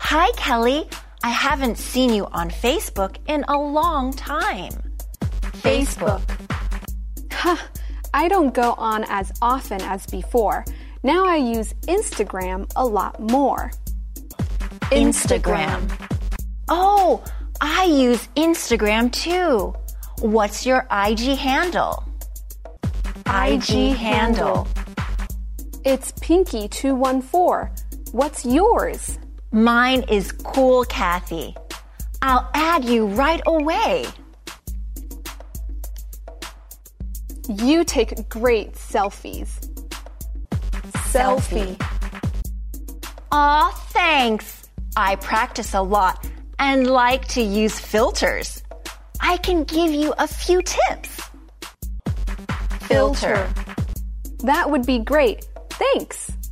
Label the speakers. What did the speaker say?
Speaker 1: Kelly. I haven't seen you on Facebook in a long time.
Speaker 2: Facebook.
Speaker 3: I don't go on as often as before. Now I use Instagram a lot more.
Speaker 2: Instagram.
Speaker 1: Oh, I use Instagram too. What's your IG handle?
Speaker 2: IG handle.
Speaker 3: It's Pinky214. What's yours?
Speaker 1: Mine is Cool Kathy. I'll add you right away.
Speaker 3: You take great selfies.
Speaker 2: Selfie.
Speaker 1: Aw, thanks. I practice a lot and like to use filters. I can give you a few tips.
Speaker 2: Filter.
Speaker 3: That would be great. Thanks.